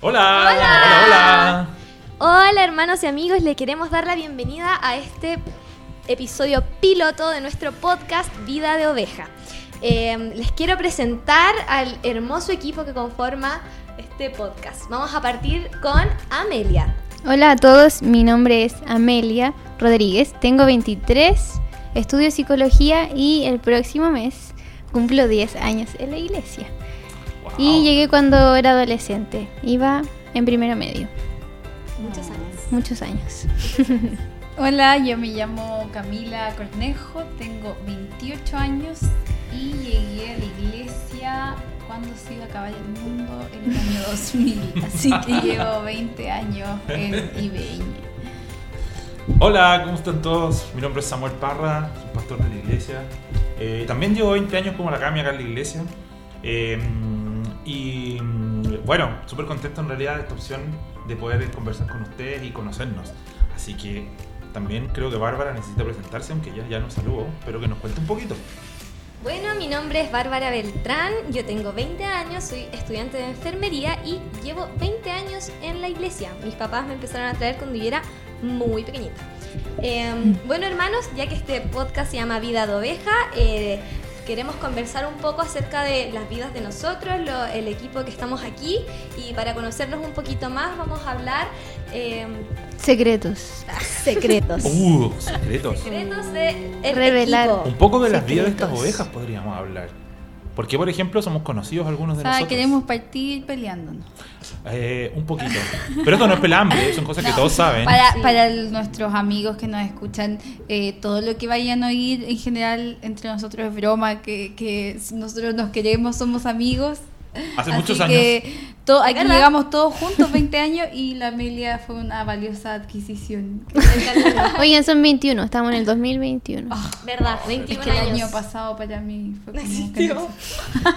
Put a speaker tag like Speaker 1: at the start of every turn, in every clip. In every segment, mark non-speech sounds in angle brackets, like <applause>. Speaker 1: Hola.
Speaker 2: Hola.
Speaker 1: Hola,
Speaker 2: Hola hermanos y amigos, le queremos dar la bienvenida a este episodio piloto de nuestro podcast Vida de Oveja. Eh, les quiero presentar al hermoso equipo que conforma este podcast. Vamos a partir con Amelia.
Speaker 3: Hola a todos, mi nombre es Amelia Rodríguez, tengo 23, estudio psicología y el próximo mes cumplo 10 años en la iglesia.
Speaker 1: hola.
Speaker 3: Y
Speaker 1: Wow.
Speaker 3: llegué cuando era adolescente, iba en primero medio,
Speaker 2: Muchos años.
Speaker 3: muchos años.
Speaker 4: Hola, yo me llamo Camila Cornejo, tengo 28 años y llegué a la iglesia cuando se iba a acabar el mundo en el año 2000, así que llevo 20 años en IBM.
Speaker 1: Hola, ¿cómo están todos? Mi nombre es Samuel Parra, soy pastor de la iglesia. Eh, también llevo 20 años como la Cami acá en la iglesia. Eh, y mm, bueno, súper contento en realidad de esta opción de poder conversar con ustedes y conocernos. Así que también creo que Bárbara necesita presentarse, aunque ella ya nos saludó, pero que nos cuente un poquito.
Speaker 2: Bueno, mi nombre es Bárbara Beltrán, yo tengo 20 años, soy estudiante de enfermería y llevo 20 años en la iglesia. Mis papás me empezaron a traer cuando yo era muy pequeñita. Eh, bueno, hermanos, ya que este podcast se llama Vida de Oveja, eh, queremos conversar un poco acerca de las vidas de nosotros, lo- el equipo que estamos aquí y para conocernos un poquito más vamos a hablar eh,
Speaker 3: Secretos.
Speaker 2: secretos.
Speaker 1: Uh, secretos.
Speaker 2: Secretos de el
Speaker 3: Revelar.
Speaker 2: equipo.
Speaker 4: <laughs>
Speaker 1: Un poco de las vidas de
Speaker 3: Secretos.
Speaker 1: estas ovejas podríamos hablar. Porque, por ejemplo, somos conocidos algunos de
Speaker 4: O sea,
Speaker 1: nosotros.
Speaker 4: queremos partir peleándonos.
Speaker 1: Eh, un poquito. Pero esto no es pelambre, son cosas que
Speaker 4: No,
Speaker 1: todos saben.
Speaker 4: Para,
Speaker 2: Sí.
Speaker 4: para el- nuestros amigos que nos escuchan, eh, todo lo que vayan a oír en general entre nosotros es broma, que, que nosotros nos queremos, somos amigos.
Speaker 1: Hace
Speaker 4: Así
Speaker 1: muchos
Speaker 4: que to- aquí
Speaker 2: ¿Verdad?
Speaker 4: llegamos todos juntos 20 años y la Amelia fue una
Speaker 2: <laughs>
Speaker 4: valiosa adquisición.
Speaker 3: Oigan, son 21, estamos en el 2021.
Speaker 2: ¿Verdad?
Speaker 4: Es
Speaker 2: 21
Speaker 4: que el
Speaker 2: años.
Speaker 4: año pasado para mí fue como que
Speaker 2: <laughs> Existió.
Speaker 1: años.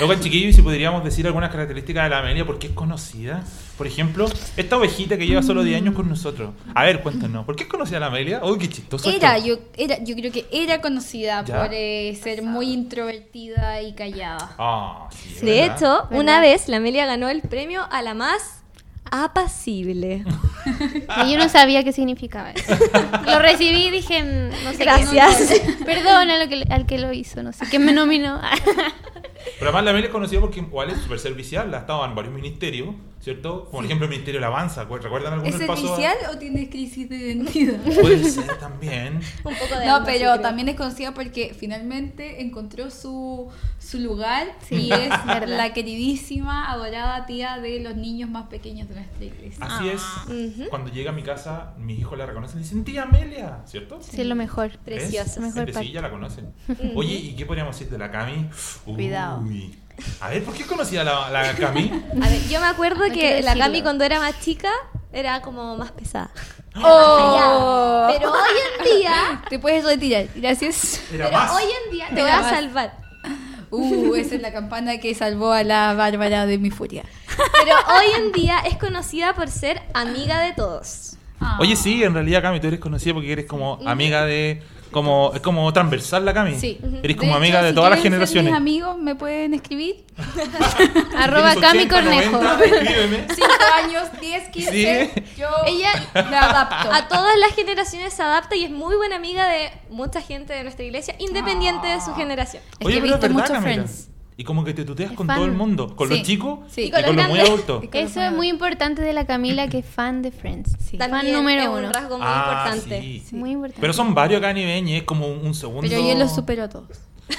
Speaker 1: Luego, chiquillos, y si podríamos decir algunas características de la Amelia, porque es conocida. Por ejemplo, esta ovejita que lleva solo 10 años con nosotros. A ver, cuéntanos, ¿por qué es conocida la Amelia? Uy, qué chistoso. esto.
Speaker 4: Era, yo, era, yo creo que era conocida
Speaker 1: Ya.
Speaker 4: por eh, ser muy introvertida y callada.
Speaker 1: Ah, sí, es
Speaker 2: De
Speaker 1: verdad.
Speaker 2: hecho,
Speaker 3: ¿Verdad?
Speaker 2: una vez la Amelia ganó el premio a la más apacible.
Speaker 3: Y yo no sabía qué significaba eso. Lo recibí y dije, mm, no sé qué.
Speaker 2: Gracias.
Speaker 3: Perdona lo que- al que lo hizo, no sé qué me nominó. <laughs>
Speaker 1: Pero además la Amelia es conocida porque igual es súper servicial, la ha estado en varios ministerios, ¿cierto? Como por ejemplo el Ministerio de la Avanza, ¿recuerdan alguno
Speaker 4: ¿Es
Speaker 1: el paso? a-
Speaker 4: servicial o tienes crisis de
Speaker 2: <laughs>
Speaker 4: identidad?
Speaker 1: Puede ser también.
Speaker 2: Un poco de
Speaker 4: No,
Speaker 2: ambas, yo
Speaker 4: pero
Speaker 2: creo.
Speaker 4: también es conocida porque finalmente encontró su, su lugar
Speaker 2: <laughs>
Speaker 4: y es
Speaker 3: verdad.
Speaker 4: la queridísima, adorada tía de los niños más pequeños de nuestra iglesia.
Speaker 1: Así es.
Speaker 4: Ah.
Speaker 2: Ujú.
Speaker 1: Cuando llega a mi casa, mis hijos la reconocen y dicen, tía Amelia, ¿cierto?
Speaker 3: Sí, es lo mejor.
Speaker 2: Preciosa.
Speaker 1: ¿Ves?
Speaker 3: Mejor
Speaker 1: Gente,
Speaker 3: parte.
Speaker 1: sí, ya la conocen. Oye, ¿y qué podríamos decir de la Cami? Uy.
Speaker 4: Cuidado.
Speaker 1: A ver, ¿por qué es conocida la, la Cami?
Speaker 2: A ver, yo me acuerdo
Speaker 3: No
Speaker 2: que
Speaker 3: quiero
Speaker 2: la Cami
Speaker 3: decirlo.
Speaker 2: cuando era más chica era como más pesada.
Speaker 1: Ah.
Speaker 4: ¡Oh!
Speaker 2: Pero hoy en día,
Speaker 4: Te puedes retirar, gracias.
Speaker 1: Era
Speaker 2: pero
Speaker 1: más.
Speaker 2: hoy en día te
Speaker 4: Era
Speaker 2: voy a
Speaker 4: más.
Speaker 2: salvar.
Speaker 4: Uh, esa es la campana que salvó a la Bárbara de mi furia.
Speaker 2: Pero hoy en día es conocida por ser amiga de todos.
Speaker 1: Ah. Oye, sí, en realidad, Cami, tú eres conocida porque eres como amiga de. Como, es como transversal la Cami.
Speaker 4: Sí.
Speaker 1: Eres como
Speaker 4: hecho,
Speaker 1: amiga de
Speaker 4: si
Speaker 1: todas las
Speaker 4: quieren ser
Speaker 1: generaciones.
Speaker 4: Mis amigos me
Speaker 1: <laughs>
Speaker 4: pueden escribir.
Speaker 3: Arroba
Speaker 1: ¿Tienes
Speaker 3: Cami
Speaker 1: 80,
Speaker 3: Cornejo. <laughs>
Speaker 1: 90? Escríbeme.
Speaker 4: 5 años, 10, 15. Yo
Speaker 2: Ella <laughs>
Speaker 4: me adapto.
Speaker 2: a todas las generaciones se adapta y es muy buena amiga de mucha gente de nuestra iglesia, independiente de su generación.
Speaker 4: que
Speaker 1: Oye,
Speaker 4: he
Speaker 1: pero es
Speaker 4: visto
Speaker 1: verdad,
Speaker 4: mucho
Speaker 1: Camila.
Speaker 4: Friends.
Speaker 1: Y como que te tuteas
Speaker 3: Es
Speaker 1: con
Speaker 3: fan.
Speaker 1: todo el mundo, con los
Speaker 4: Sí.
Speaker 1: chicos
Speaker 4: Sí.
Speaker 1: y con, los muy
Speaker 2: grandes.
Speaker 1: adultos.
Speaker 3: Eso es muy importante de la Camila, que es fan de Friends.
Speaker 4: Sí.
Speaker 3: Fan
Speaker 2: También es
Speaker 3: número
Speaker 2: un
Speaker 3: uno.
Speaker 2: rasgo muy
Speaker 1: Ah,
Speaker 2: importante.
Speaker 1: sí.
Speaker 3: Sí. Muy importante.
Speaker 1: Pero son varios acá y es como un, un segundo.
Speaker 4: Pero yo los supero a todos.
Speaker 1: Sí,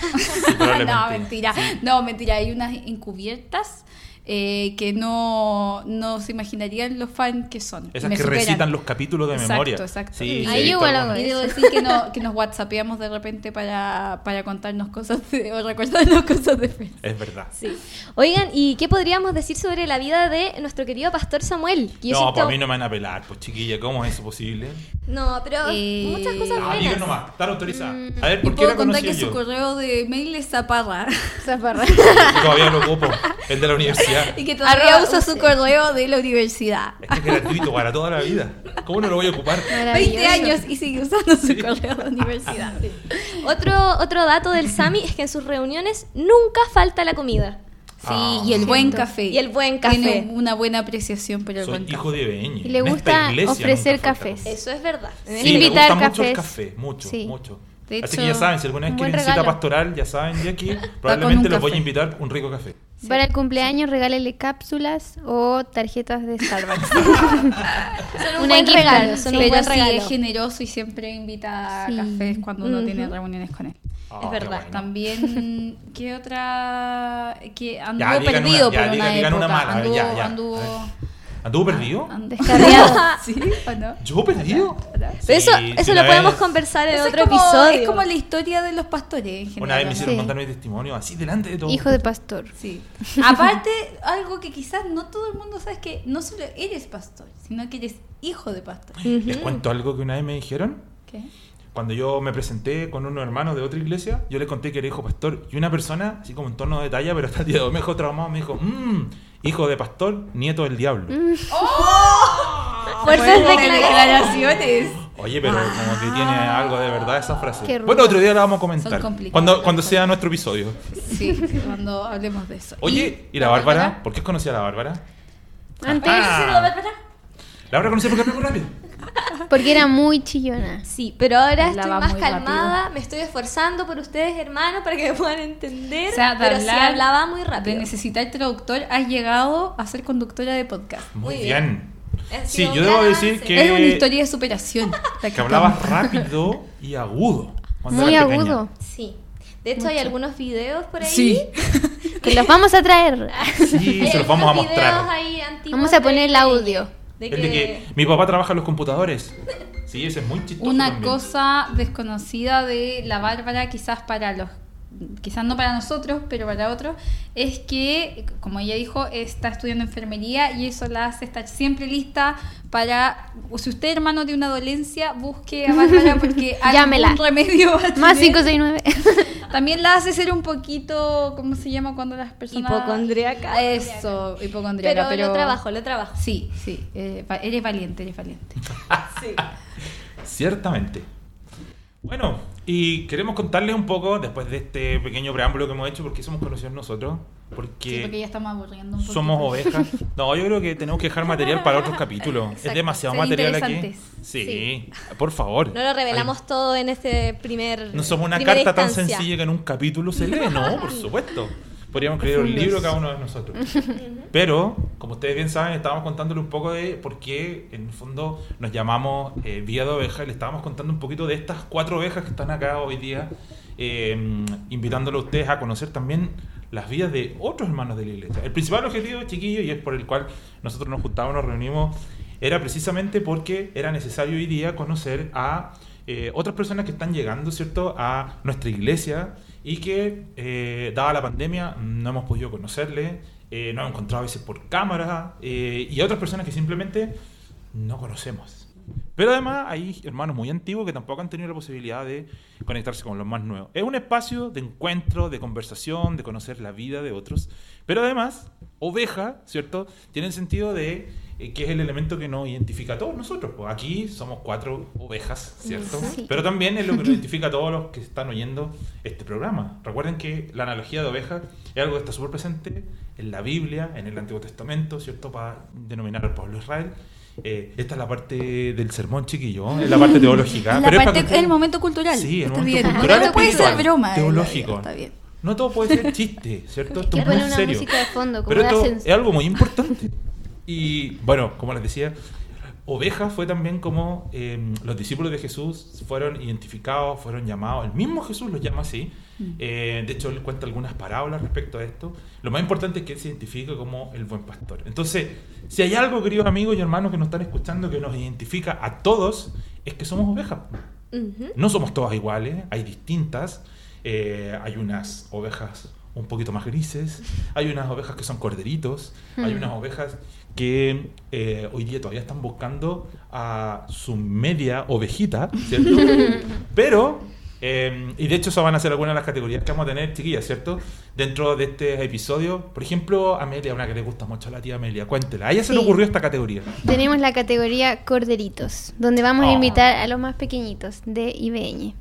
Speaker 1: probablemente.
Speaker 4: <laughs> No, mentira. No, mentira. Hay unas encubiertas eh, que no, no se imaginarían los fans que son.
Speaker 1: Esas
Speaker 4: Me
Speaker 1: que
Speaker 4: superan.
Speaker 1: recitan los capítulos de
Speaker 4: Exacto,
Speaker 1: memoria.
Speaker 4: exacto.
Speaker 1: Sí, sí,
Speaker 3: Ahí
Speaker 1: he visto
Speaker 3: igual
Speaker 1: algunos.
Speaker 3: hago
Speaker 4: Y
Speaker 3: eso.
Speaker 4: debo decir que, no, que nos whatsappeamos de repente para, para contarnos cosas de- o recordarnos <laughs> cosas de Friends.
Speaker 1: Es verdad.
Speaker 2: Sí. Oigan, ¿y qué podríamos decir sobre la vida de nuestro querido pastor Samuel? Que yo
Speaker 1: No,
Speaker 2: siento-
Speaker 1: para mí no me van a pelar, pues chiquilla, ¿cómo es eso posible?
Speaker 2: No, pero
Speaker 4: Eh,
Speaker 2: muchas cosas
Speaker 1: Ah, digan
Speaker 2: buenas.
Speaker 1: nomás, estar autorizada. A ver,
Speaker 4: Mm, Y
Speaker 1: ¿por qué
Speaker 4: puedo
Speaker 1: la
Speaker 4: contar
Speaker 1: conocí
Speaker 4: que su
Speaker 1: yo?
Speaker 4: correo de mail es zaparra. <laughs>
Speaker 3: <laughs> Zaparra.
Speaker 1: Todavía lo ocupo, el de la
Speaker 4: <laughs>
Speaker 1: universidad.
Speaker 4: y que todavía
Speaker 3: Arroba
Speaker 4: usa
Speaker 3: UC.
Speaker 4: su correo de la universidad.
Speaker 1: Es que es gratuito para toda la vida. ¿Cómo no lo voy a ocupar?
Speaker 4: 20
Speaker 3: Maravilloso.
Speaker 4: años y sigue usando su correo de universidad.
Speaker 2: Otro, otro dato del Sami es que en sus reuniones nunca falta la comida.
Speaker 4: Sí,
Speaker 1: Ah.
Speaker 4: y el buen
Speaker 3: Siento.
Speaker 4: café.
Speaker 2: Y el buen café.
Speaker 4: Tiene una buena apreciación por el
Speaker 1: Soy
Speaker 4: buen café.
Speaker 1: hijo de Beñi.
Speaker 3: Y le
Speaker 1: En esta
Speaker 3: gusta
Speaker 1: iglesia
Speaker 3: ofrecer
Speaker 1: nunca falta
Speaker 3: cafés.
Speaker 1: café.
Speaker 2: Eso es verdad. En
Speaker 1: Sí,
Speaker 2: el-
Speaker 1: le
Speaker 3: Invitar
Speaker 1: gusta mucho el
Speaker 3: cafés.
Speaker 1: café, mucho,
Speaker 3: Sí.
Speaker 1: mucho.
Speaker 4: De
Speaker 1: Así
Speaker 4: hecho,
Speaker 1: que ya saben, si alguna vez
Speaker 3: un
Speaker 1: quieren
Speaker 3: buen
Speaker 1: cita
Speaker 3: regalo.
Speaker 1: pastoral, ya saben, de
Speaker 4: <laughs>
Speaker 1: aquí,
Speaker 4: con
Speaker 1: probablemente
Speaker 4: un
Speaker 1: los voy a
Speaker 4: café.
Speaker 1: invitar un rico café.
Speaker 3: Para el cumpleaños regálele cápsulas o tarjetas de Starbucks.
Speaker 1: <laughs>
Speaker 2: Son
Speaker 3: Una
Speaker 2: un buen
Speaker 3: gift card,
Speaker 2: regalo. Son
Speaker 3: sí.
Speaker 2: un
Speaker 4: Pero
Speaker 2: buen
Speaker 4: sí
Speaker 2: regalo.
Speaker 4: es generoso y siempre invita
Speaker 3: Sí.
Speaker 4: a cafés cuando uno tiene
Speaker 2: Ujú.
Speaker 4: reuniones con él.
Speaker 1: Ah,
Speaker 2: Es
Speaker 1: qué
Speaker 2: verdad,
Speaker 1: bueno. <laughs>
Speaker 4: También, ¿qué otra? Que anduvo
Speaker 1: digan una,
Speaker 4: perdido
Speaker 1: ya,
Speaker 4: por una
Speaker 1: digan- digan
Speaker 4: época.
Speaker 1: una mala,
Speaker 4: anduvo,
Speaker 1: ya, ya.
Speaker 4: anduvo,
Speaker 1: ¿Anduvo perdido?
Speaker 4: <laughs> anduvo-
Speaker 3: Descarriado.
Speaker 4: ¿Sí o no?
Speaker 1: ¿Yo perdido?
Speaker 2: Pero eso
Speaker 1: Sí,
Speaker 2: eso
Speaker 1: sí,
Speaker 2: lo
Speaker 1: una
Speaker 2: podemos
Speaker 1: vez-
Speaker 2: conversar en
Speaker 4: Eso
Speaker 2: otro
Speaker 4: es como,
Speaker 2: episodio.
Speaker 4: Es como la historia de los pastores en general.
Speaker 1: Una vez me
Speaker 4: ¿no?
Speaker 1: hicieron
Speaker 3: Sí.
Speaker 1: contar mi testimonio así delante de todos.
Speaker 3: Hijo de pastor.
Speaker 4: Sí. <laughs> Aparte, algo que quizás no todo el mundo sabe es que no solo eres pastor, sino que eres hijo de pastor.
Speaker 1: Les cuento algo que una vez me dijeron.
Speaker 4: ¿Qué?
Speaker 1: Cuando yo me presenté con unos hermanos de otra iglesia, yo les conté que era hijo pastor. Y una persona, así como en tono de talla, pero hasta el día de hoy me dejó traumado, me dijo, "Mm, hijo de pastor, nieto del diablo. ¡Oh!
Speaker 4: <laughs>
Speaker 2: Fuerzas
Speaker 4: Fuertes
Speaker 2: declara-
Speaker 4: declaraciones.
Speaker 1: Oye, pero como que tiene algo de verdad esa frase.
Speaker 3: Qué rudo.
Speaker 1: Bueno, otro día la vamos a comentar.
Speaker 4: Son complicadas
Speaker 1: Cuando,
Speaker 4: las
Speaker 1: cuando
Speaker 4: cosas.
Speaker 1: sea nuestro episodio.
Speaker 4: Sí, cuando hablemos de eso.
Speaker 1: Oye, ¿y, la Bárbara? ¿Por qué conocía a la Bárbara?
Speaker 3: Antes,
Speaker 1: Ah, la Bárbara conocía porque hablé muy rápido.
Speaker 3: porque era muy chillona.
Speaker 2: Sí, pero ahora
Speaker 4: La
Speaker 2: estoy
Speaker 4: va
Speaker 2: más
Speaker 4: muy
Speaker 2: calmada, me estoy esforzando por ustedes, hermanos, para que me puedan entender.
Speaker 4: O sea, de
Speaker 2: pero sí
Speaker 4: hablar,
Speaker 2: hablaba muy
Speaker 4: De
Speaker 2: rápido.
Speaker 4: necesitar traductor, has llegado a ser conductora de podcast.
Speaker 1: Muy
Speaker 2: Muy
Speaker 1: bien.
Speaker 2: Ha
Speaker 1: Sí,
Speaker 2: sido
Speaker 1: yo
Speaker 2: un
Speaker 1: debo
Speaker 2: gran
Speaker 1: decir
Speaker 2: avance.
Speaker 1: que,
Speaker 4: Es una historia
Speaker 1: <laughs>
Speaker 4: de superación. la
Speaker 1: que
Speaker 4: estamos-
Speaker 1: hablabas rápido y agudo. cuando
Speaker 3: Muy
Speaker 1: eras pequeña.
Speaker 3: agudo.
Speaker 2: Sí. De hecho, hay algunos videos por ahí.
Speaker 4: Sí.
Speaker 3: Que los vamos a traer.
Speaker 2: <laughs>
Speaker 1: Sí, se los vamos a
Speaker 2: algunos videos
Speaker 1: mostrar.
Speaker 2: ahí antiguos
Speaker 3: Vamos a
Speaker 2: de-
Speaker 3: poner el audio.
Speaker 2: de
Speaker 1: El de que mi papá trabaja en los computadores. Sí, ese es muy chistoso.
Speaker 4: Una
Speaker 1: también.
Speaker 4: cosa desconocida de la Bárbara, quizás para los, quizás no para nosotros, pero para otros, es que, como ella dijo, está estudiando enfermería y eso la hace estar siempre lista para, o si usted hermano de una dolencia, busque a Bárbara
Speaker 2: <laughs>
Speaker 4: porque
Speaker 3: Llámela.
Speaker 4: algún remedio <laughs> va a
Speaker 3: Más
Speaker 4: tener.
Speaker 3: 569. <laughs>
Speaker 4: También la hace ser un poquito, ¿cómo se llama cuando las personas...
Speaker 2: Hipocondriaca.
Speaker 4: Eso, hipocondriaca.
Speaker 2: Pero, lo trabajo, lo trabajo.
Speaker 4: Sí, sí, eh, va- eres valiente, eres valiente.
Speaker 2: Sí.
Speaker 1: Ciertamente. Bueno, y queremos contarles un poco, después de este pequeño preámbulo que hemos hecho, por qué somos conocidos nosotros.
Speaker 4: Sí, porque
Speaker 1: Porque
Speaker 4: ya estamos aburriendo un poquito.
Speaker 1: somos ovejas. No, yo creo que tenemos que dejar material para otros capítulos. Es
Speaker 4: Exacto,
Speaker 1: demasiado
Speaker 4: ser
Speaker 1: material aquí.
Speaker 4: interesantes.
Speaker 1: Sí, por favor.
Speaker 2: No lo revelamos todo en este primer.
Speaker 1: Ay, no somos una
Speaker 2: primera
Speaker 1: carta tan
Speaker 2: instancia.
Speaker 1: sencilla que en un capítulo se lee,
Speaker 2: <laughs>
Speaker 1: no, por supuesto. Podríamos escribir un libro cada uno de nosotros. Pero, como ustedes bien saben, estábamos contándole un poco de por qué, en el fondo, nos llamamos eh, Vía de Ovejas. Le estábamos contando un poquito de estas cuatro ovejas que están acá hoy día, eh, invitándole a ustedes a conocer también las vidas de otros hermanos de la iglesia. El principal objetivo, chiquillo, y es por el cual nosotros nos juntábamos, nos reunimos, era precisamente porque era necesario hoy día conocer a eh, otras personas que están llegando, ¿cierto?, a nuestra iglesia y que, eh, dada la pandemia, no hemos podido conocerle, eh, nos hemos encontrado a veces por cámara eh, y a otras personas que simplemente no conocemos. Pero además hay hermanos muy antiguos que tampoco han tenido la posibilidad de conectarse con los más nuevos. Es un espacio de encuentro, de conversación, de conocer la vida de otros. Pero además, oveja, ¿cierto? Tiene el sentido de eh, que es el elemento que nos identifica a todos nosotros. Pues aquí somos cuatro ovejas, ¿cierto?
Speaker 3: Sí.
Speaker 1: Pero también es lo
Speaker 3: <laughs>
Speaker 1: que nos identifica a todos los que están oyendo este programa. Recuerden que la analogía de oveja es algo que está súper presente en la Biblia, en el Antiguo Testamento, ¿cierto? Para denominar al pueblo de Israel. Eh, esta es la parte del sermón, chiquillo, ¿eh? es la
Speaker 3: <laughs>
Speaker 1: parte teológica.
Speaker 4: La
Speaker 1: pero es
Speaker 4: parte-
Speaker 1: para-
Speaker 4: el momento cultural.
Speaker 1: Sí, el
Speaker 4: Está
Speaker 1: momento
Speaker 4: bien.
Speaker 1: cultural
Speaker 4: No puede ser
Speaker 1: espiritual,
Speaker 4: broma. eh,
Speaker 1: teológico.
Speaker 4: Está bien.
Speaker 1: No todo puede ser chiste, ¿cierto? Esto
Speaker 3: <laughs> Que
Speaker 1: es muy
Speaker 3: pone una
Speaker 1: serio.
Speaker 3: música de fondo, como
Speaker 1: Pero
Speaker 3: de
Speaker 1: esto
Speaker 3: ascens-
Speaker 1: es algo muy importante. Y bueno, como les decía, oveja fue también como eh, los discípulos de Jesús fueron identificados, fueron llamados. El mismo Jesús los llama así. Eh, de hecho, él cuenta algunas parábolas respecto a esto. Lo más importante es que él se identifica como el buen pastor. Entonces, si hay algo, queridos amigos y hermanos que nos están escuchando, que nos identifica a todos, es que somos ovejas.
Speaker 2: Ujú.
Speaker 1: No somos todas iguales, hay distintas. Eh, hay unas ovejas un poquito más grises, hay unas ovejas que son corderitos, hay unas ovejas que eh, hoy día todavía están buscando a su media ovejita, ¿cierto? Pero, eh, y de hecho esas van a ser algunas de las categorías que vamos a tener, chiquillas, ¿cierto? Dentro de este episodio, por ejemplo, Amelia, una que le gusta mucho a la tía Amelia, cuéntela, a ella se le
Speaker 3: Sí.
Speaker 1: ocurrió esta categoría.
Speaker 3: Tenemos la categoría Corderitos, donde vamos
Speaker 1: Oh.
Speaker 3: a invitar a los más pequeñitos de IBN.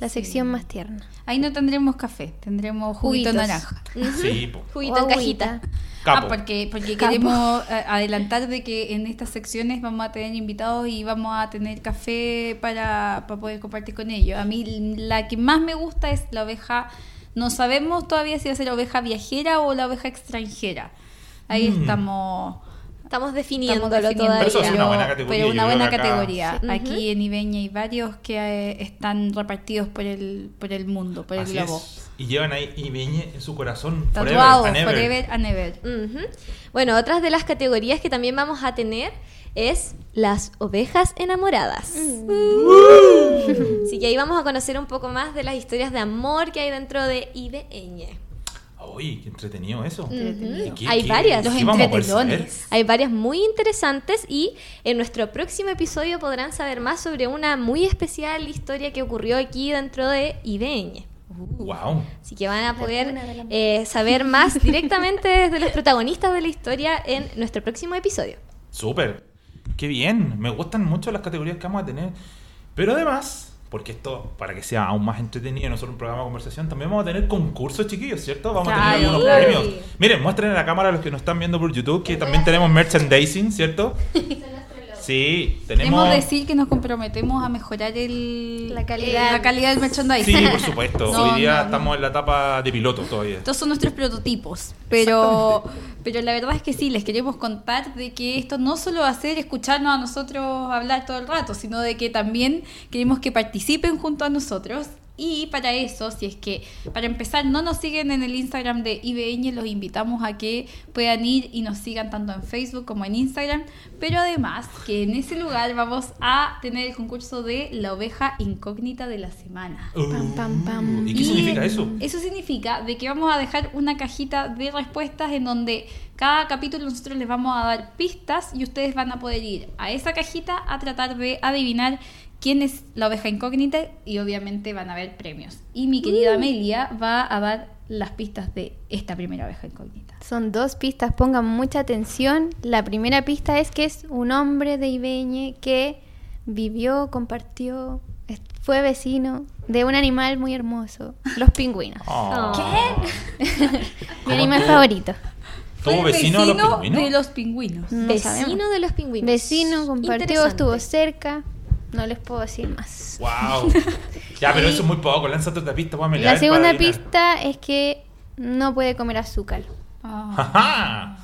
Speaker 3: la sección más tierna.
Speaker 4: Ahí no tendremos café, tendremos juguito
Speaker 3: Juguitos.
Speaker 4: naranja.
Speaker 1: Sí, po.
Speaker 2: Juguito
Speaker 3: O
Speaker 2: en
Speaker 3: agüita.
Speaker 2: cajita.
Speaker 1: Capo.
Speaker 4: Ah, porque, porque
Speaker 3: Capo.
Speaker 4: queremos eh, adelantar de que en estas secciones vamos a tener invitados y vamos a tener café para, para poder compartir con ellos. A mí la que más me gusta es la oveja, no sabemos todavía si va a ser la oveja viajera o la oveja extranjera. Ahí
Speaker 1: Mm.
Speaker 4: estamos.
Speaker 2: Estamos definiéndolo
Speaker 4: Estamos definiendo
Speaker 2: todavía.
Speaker 1: Pero eso es una buena categoría,
Speaker 4: pero
Speaker 1: yo
Speaker 4: una
Speaker 1: creo
Speaker 4: buena
Speaker 1: que acá-
Speaker 4: categoría.
Speaker 2: Sí. Ujú.
Speaker 4: Aquí en Ibeña hay varios que eh, están repartidos por el, por el mundo, por el
Speaker 1: Así
Speaker 4: globo.
Speaker 1: es. Y llevan ahí Ibeñe en su corazón. forever
Speaker 4: Tatuado,
Speaker 1: and ever.
Speaker 4: forever and ever.
Speaker 2: Ujú. Bueno, otras de las categorías que también vamos a tener es las ovejas enamoradas. Uh. Así que ahí vamos a conocer un poco más de las historias de amor que hay dentro de IBN.
Speaker 1: Uy, qué entretenido eso. ¿Y qué-
Speaker 2: Hay
Speaker 1: qué-
Speaker 2: varias.
Speaker 1: qué
Speaker 4: Los
Speaker 1: vamos a poder saber?
Speaker 4: entretelones.
Speaker 2: Hay varias muy interesantes y en nuestro próximo episodio podrán saber más sobre una muy especial historia que ocurrió aquí dentro de IBN.
Speaker 1: Wow.
Speaker 2: Así que van a poder
Speaker 3: cuna del amor.
Speaker 2: eh, saber más directamente desde los protagonistas de la historia en nuestro próximo episodio.
Speaker 1: Súper. Qué bien. Me gustan mucho las categorías que vamos a tener. Pero además, porque esto, para que sea aún más entretenido, no solo un programa de conversación, también vamos a tener concursos, chiquillos, ¿cierto? Vamos a tener
Speaker 4: Claro,
Speaker 1: algunos
Speaker 4: claro.
Speaker 1: premios. Miren, muestren a la cámara a los que nos están viendo por YouTube que también tenemos merchandising,
Speaker 4: <laughs>
Speaker 1: ¿cierto? Sí, tenemos.
Speaker 4: Queremos decir que nos comprometemos a mejorar el,
Speaker 3: La calidad.
Speaker 4: eh, la calidad del merchandising.
Speaker 1: Sí, por supuesto.
Speaker 4: <laughs> No,
Speaker 1: Hoy día
Speaker 4: no, no.
Speaker 1: estamos en la etapa de piloto todavía.
Speaker 4: Estos son nuestros prototipos, pero, pero la verdad es que sí, les queremos contar de que esto no solo va a ser escucharnos a nosotros hablar todo el rato, sino de que también queremos que participen junto a nosotros. Y para eso, si es que, para empezar, no nos siguen en el Instagram de IBN, los invitamos a que puedan ir y nos sigan tanto en Facebook como en Instagram, pero además que en ese lugar vamos a tener el concurso de la oveja incógnita de la semana.
Speaker 3: Pam, pam, pam.
Speaker 1: Uh, ¿Y qué
Speaker 4: Y
Speaker 1: significa eso?
Speaker 4: Eso significa de que vamos a dejar una cajita de respuestas en donde cada capítulo nosotros les vamos a dar pistas y ustedes van a poder ir a esa cajita a tratar de adivinar quién es la oveja incógnita y obviamente van a haber premios. Y mi
Speaker 3: Uh.
Speaker 4: querida Amelia va a dar las pistas de esta primera oveja incógnita.
Speaker 3: Son dos pistas, pongan mucha atención. La primera pista es que es un hombre de Ibeñe que vivió, compartió, es- fue vecino de un animal muy hermoso,
Speaker 2: <laughs>
Speaker 3: los pingüinos.
Speaker 1: Ah.
Speaker 3: Mi
Speaker 1: ¿Cómo
Speaker 3: animal
Speaker 1: tú?
Speaker 3: favorito.
Speaker 1: ¿Tuvo
Speaker 4: Fue
Speaker 1: vecino a los pingüinos?
Speaker 4: de los pingüinos.
Speaker 3: No
Speaker 2: Vecino
Speaker 3: sabemos.
Speaker 2: de los pingüinos.
Speaker 3: Vecino, compartió,
Speaker 2: Interesante.
Speaker 3: estuvo cerca. No les puedo decir más.
Speaker 1: Wow. Ya, pero eso es muy poco. Lánzate otra pista, Pamela. a
Speaker 3: La
Speaker 1: ver,
Speaker 3: segunda
Speaker 1: para adivinar.
Speaker 3: pista es que no puede comer azúcar.
Speaker 4: Ah.
Speaker 1: <laughs> ¡Ajá!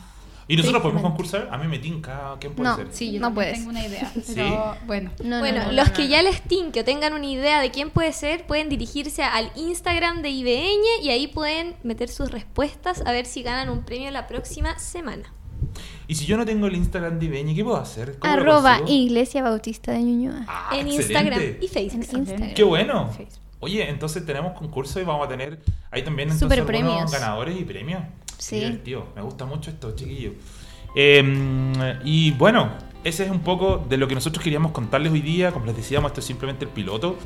Speaker 1: ¿Y nosotros podemos concursar? A mí me tinca. ¿Quién puede
Speaker 3: No.
Speaker 1: ser?
Speaker 4: Sí, yo
Speaker 3: No
Speaker 4: no
Speaker 3: puedes.
Speaker 4: tengo una idea,
Speaker 1: <laughs> Sí.
Speaker 4: pero bueno.
Speaker 3: No, no,
Speaker 2: bueno,
Speaker 3: no, no,
Speaker 2: los
Speaker 4: no,
Speaker 2: que
Speaker 4: no.
Speaker 2: ya les tinque o tengan una idea de quién puede ser, pueden dirigirse al Instagram de IBN y ahí pueden meter sus respuestas a ver si ganan un premio la próxima semana.
Speaker 1: Y si yo no tengo el Instagram de Ibeñi, ¿qué puedo hacer? ¿Cómo lo
Speaker 3: Arroba
Speaker 1: consigo?
Speaker 3: Iglesia Bautista de Ñuñoa.
Speaker 1: Ah,
Speaker 2: en
Speaker 1: excelente.
Speaker 2: Instagram y Facebook.
Speaker 3: En Instagram.
Speaker 1: ¡Qué bueno!
Speaker 4: Facebook.
Speaker 1: Oye, entonces tenemos concurso y vamos a tener ahí también entonces
Speaker 3: Súper
Speaker 1: algunos
Speaker 3: premios.
Speaker 1: ganadores y premios.
Speaker 3: Sí.
Speaker 1: Tío, me gusta mucho esto, chiquillo. Eh, y bueno, ese es un poco de lo que nosotros queríamos contarles hoy día. Como les decíamos, esto es simplemente el piloto,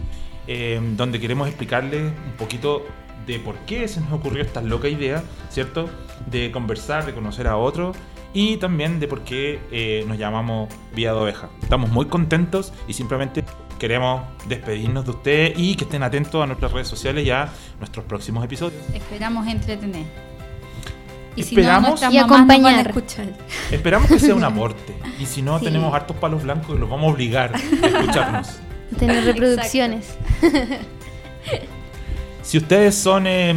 Speaker 1: eh, donde queremos explicarles un poquito de por qué se nos ocurrió esta loca idea, ¿cierto? De conversar, de conocer a otro y también de por qué eh, nos llamamos Vía de Oveja. Estamos muy contentos y simplemente queremos despedirnos de ustedes y que estén atentos a nuestras redes sociales y a nuestros próximos episodios.
Speaker 4: Esperamos entretener. Y
Speaker 1: Esperamos.
Speaker 4: si no, nuestras
Speaker 3: Y
Speaker 4: mamás nos van a
Speaker 3: acompañar.
Speaker 4: escuchar.
Speaker 1: Esperamos que sea un aporte. Y si no,
Speaker 3: Sí.
Speaker 1: tenemos hartos palos blancos que los vamos a obligar a escucharnos.
Speaker 3: Tener reproducciones.
Speaker 1: Si ustedes son eh,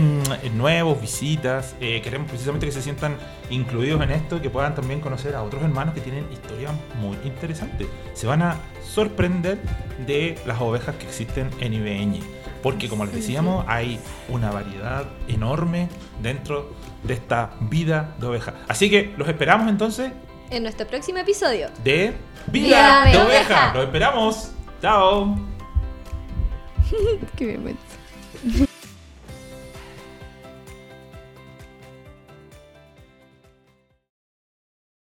Speaker 1: nuevos, visitas, eh, queremos precisamente que se sientan incluidos en esto, que puedan también conocer a otros hermanos que tienen historias muy interesantes. Se van a sorprender de las ovejas que existen en IBN. Porque como les decíamos, hay una variedad enorme dentro de esta vida de oveja. Así que los esperamos entonces
Speaker 2: En nuestro próximo episodio.
Speaker 1: de Vida
Speaker 2: Vida de
Speaker 1: de
Speaker 2: Oveja.
Speaker 1: Oveja. Los esperamos. Chao.
Speaker 4: Qué vergüenza.